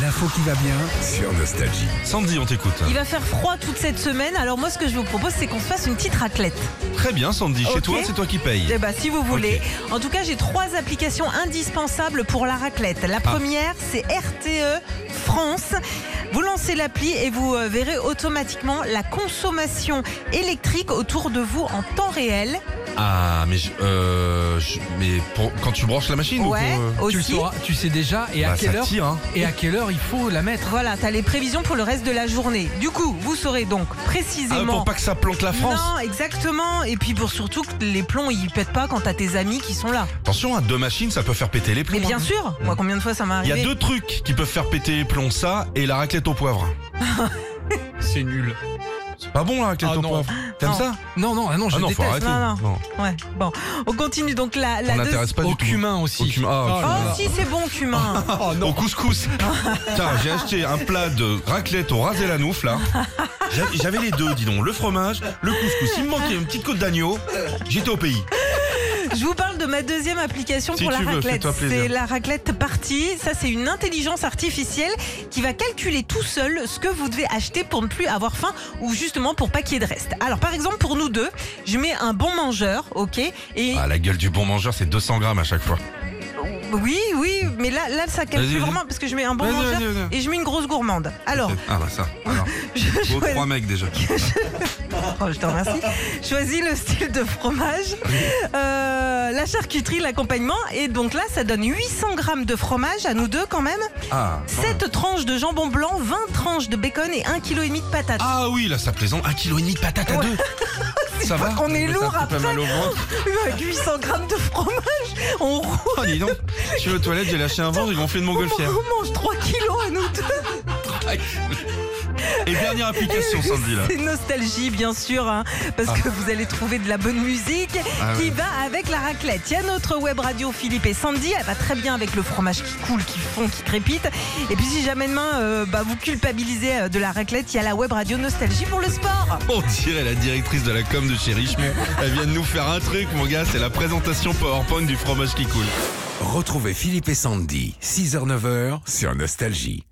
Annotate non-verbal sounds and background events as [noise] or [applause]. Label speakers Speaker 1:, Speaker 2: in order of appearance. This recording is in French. Speaker 1: L'info qui va bien.
Speaker 2: sur Nostalgie.
Speaker 3: Sandy, on t'écoute.
Speaker 4: Il va faire froid toute cette semaine, alors moi ce que je vous propose c'est qu'on se fasse une petite raclette.
Speaker 3: Très bien, Sandy. Chez
Speaker 4: Ok.
Speaker 3: toi, c'est toi qui
Speaker 4: Eh
Speaker 3: paye.
Speaker 4: ben si vous voulez. En tout cas j'ai trois applications indispensables pour la raclette.
Speaker 3: Ah.
Speaker 4: La première c'est RTE France. Vous lancez l'appli et vous euh, verrez automatiquement la consommation électrique autour de vous en temps réel.
Speaker 3: Ah, mais je- euh, je- mais pour- quand tu branches la machine
Speaker 4: ouais,
Speaker 3: ou pour, euh,
Speaker 1: Tu le
Speaker 4: aussi.
Speaker 1: sauras, tu sais déjà et à
Speaker 3: bah,
Speaker 1: quelle
Speaker 3: ça
Speaker 1: heure
Speaker 3: tire, hein.
Speaker 1: et à quelle heure il faut la mettre.
Speaker 4: Voilà, t'as les prévisions pour le reste de la journée. Du coup, vous saurez donc
Speaker 3: Ah,
Speaker 4: précisément.
Speaker 3: pour pas que ça plante la France.
Speaker 4: Non, exactement. Et puis pour surtout que les plombs ils pètent pas quand t'as tes amis qui sont là.
Speaker 3: Attention, à deux machines, ça peut faire péter les plombs.
Speaker 4: Mais bien
Speaker 3: hein.
Speaker 4: sûr, moi combien de fois ça m'est
Speaker 3: Il y
Speaker 4: arrivé
Speaker 3: a deux trucs qui peuvent faire péter les plombs, ça et la raclette au poivre.
Speaker 1: C'est nul.
Speaker 3: C'est pas bon la raclette
Speaker 1: Ah,
Speaker 3: au
Speaker 1: non.
Speaker 3: poivre. T'aimes
Speaker 4: Non.
Speaker 3: ça
Speaker 1: Non, non, ah non, je
Speaker 3: Ah non, faut
Speaker 1: déteste.
Speaker 3: arrêter.
Speaker 4: Non, non.
Speaker 3: Non,
Speaker 4: Ouais, bon. On continue donc la, la
Speaker 3: on
Speaker 4: deuxi-
Speaker 3: n'intéresse pas
Speaker 1: Au
Speaker 3: du tout.
Speaker 1: cumin aussi.
Speaker 3: Au cumin, ah,
Speaker 1: Oh
Speaker 3: au
Speaker 1: là
Speaker 4: Oh,
Speaker 1: là.
Speaker 4: si, c'est bon,
Speaker 3: [laughs]
Speaker 4: cumin.
Speaker 1: Oh
Speaker 3: Au
Speaker 1: non.
Speaker 4: [laughs]
Speaker 3: couscous. Tiens, j'ai acheté un plat de raclette au rasé la nouffe là. J'a- J'avais les deux, dis donc, le fromage, le couscous. Il me manquait une petite côte d'agneau. J'étais au pays.
Speaker 4: Je vous parle de ma deuxième application
Speaker 3: Si
Speaker 4: pour la
Speaker 3: tu veux,
Speaker 4: raclette.
Speaker 3: fais-toi plaisir.
Speaker 4: C'est la raclette partie. Ça, c'est une intelligence artificielle qui va calculer tout seul ce que vous devez acheter pour ne plus avoir faim ou justement pour pas qu'il y ait de reste. Alors, par exemple, pour nous deux, je mets un bon mangeur, ok Et
Speaker 3: Ah, la gueule du bon mangeur, c'est 200 grammes à chaque fois.
Speaker 4: oui, oui, mais là, là, ça
Speaker 3: Vas-y,
Speaker 4: calcule
Speaker 3: vas-y.
Speaker 4: vraiment parce que je mets un bon
Speaker 3: Vas-y,
Speaker 4: mangeur
Speaker 3: vas-y, vas-y.
Speaker 4: et je mets une grosse gourmande. Alors,
Speaker 3: Ah, bah ça.
Speaker 4: [laughs]
Speaker 3: Alors,
Speaker 4: je
Speaker 3: faut
Speaker 4: choisis-
Speaker 3: trois mecs
Speaker 4: [laughs]
Speaker 3: déjà.
Speaker 4: Oh, je te remercie. Choisis le style de fromage, euh, la charcuterie, l'accompagnement. Et donc là, ça donne 800 grammes de fromage à nous deux quand même.
Speaker 3: Ah, quand même.
Speaker 4: 7 tranches de jambon blanc, 20 tranches de bacon et 1,5 kg de patates.
Speaker 3: Ah oui, là ça plaisante. Un kilo et demi de patates à deux. ça va
Speaker 4: qu'on
Speaker 3: Mais
Speaker 4: est
Speaker 3: ça
Speaker 4: lourd
Speaker 3: fait pas
Speaker 4: après.
Speaker 3: mal au ventre.
Speaker 4: Avec 800 Bah, grammes de fromage, on roule.
Speaker 3: Oh,
Speaker 4: [laughs]
Speaker 3: dis donc. Je suis aux toilettes, j'ai lâché un ventre, j'ai gonflé de
Speaker 4: On [laughs]
Speaker 3: montgolfière.
Speaker 4: mange 3 kilos à nous deux.
Speaker 3: Et dernière application,
Speaker 4: [laughs]
Speaker 3: Sandy là.
Speaker 4: C'est nostalgie, bien sûr, hein, parce que vous allez trouver de la bonne musique
Speaker 3: Ah
Speaker 4: qui
Speaker 3: ouais.
Speaker 4: va avec la raclette. Il y a notre web radio Philippe et Sandy, elle va très bien avec le fromage qui coule, qui fond, qui crépite. Et puis si jamais demain euh, bah, vous culpabilisez euh, de la raclette, il y a la web radio Nostalgie pour le sport.
Speaker 3: On dirait la directrice de la com de chez Richemont. Elle vient de nous faire un truc, mon gars, c'est la présentation PowerPoint du fromage qui coule.
Speaker 2: Retrouvez Philippe et Sandy, 6h-9h sur Nostalgie.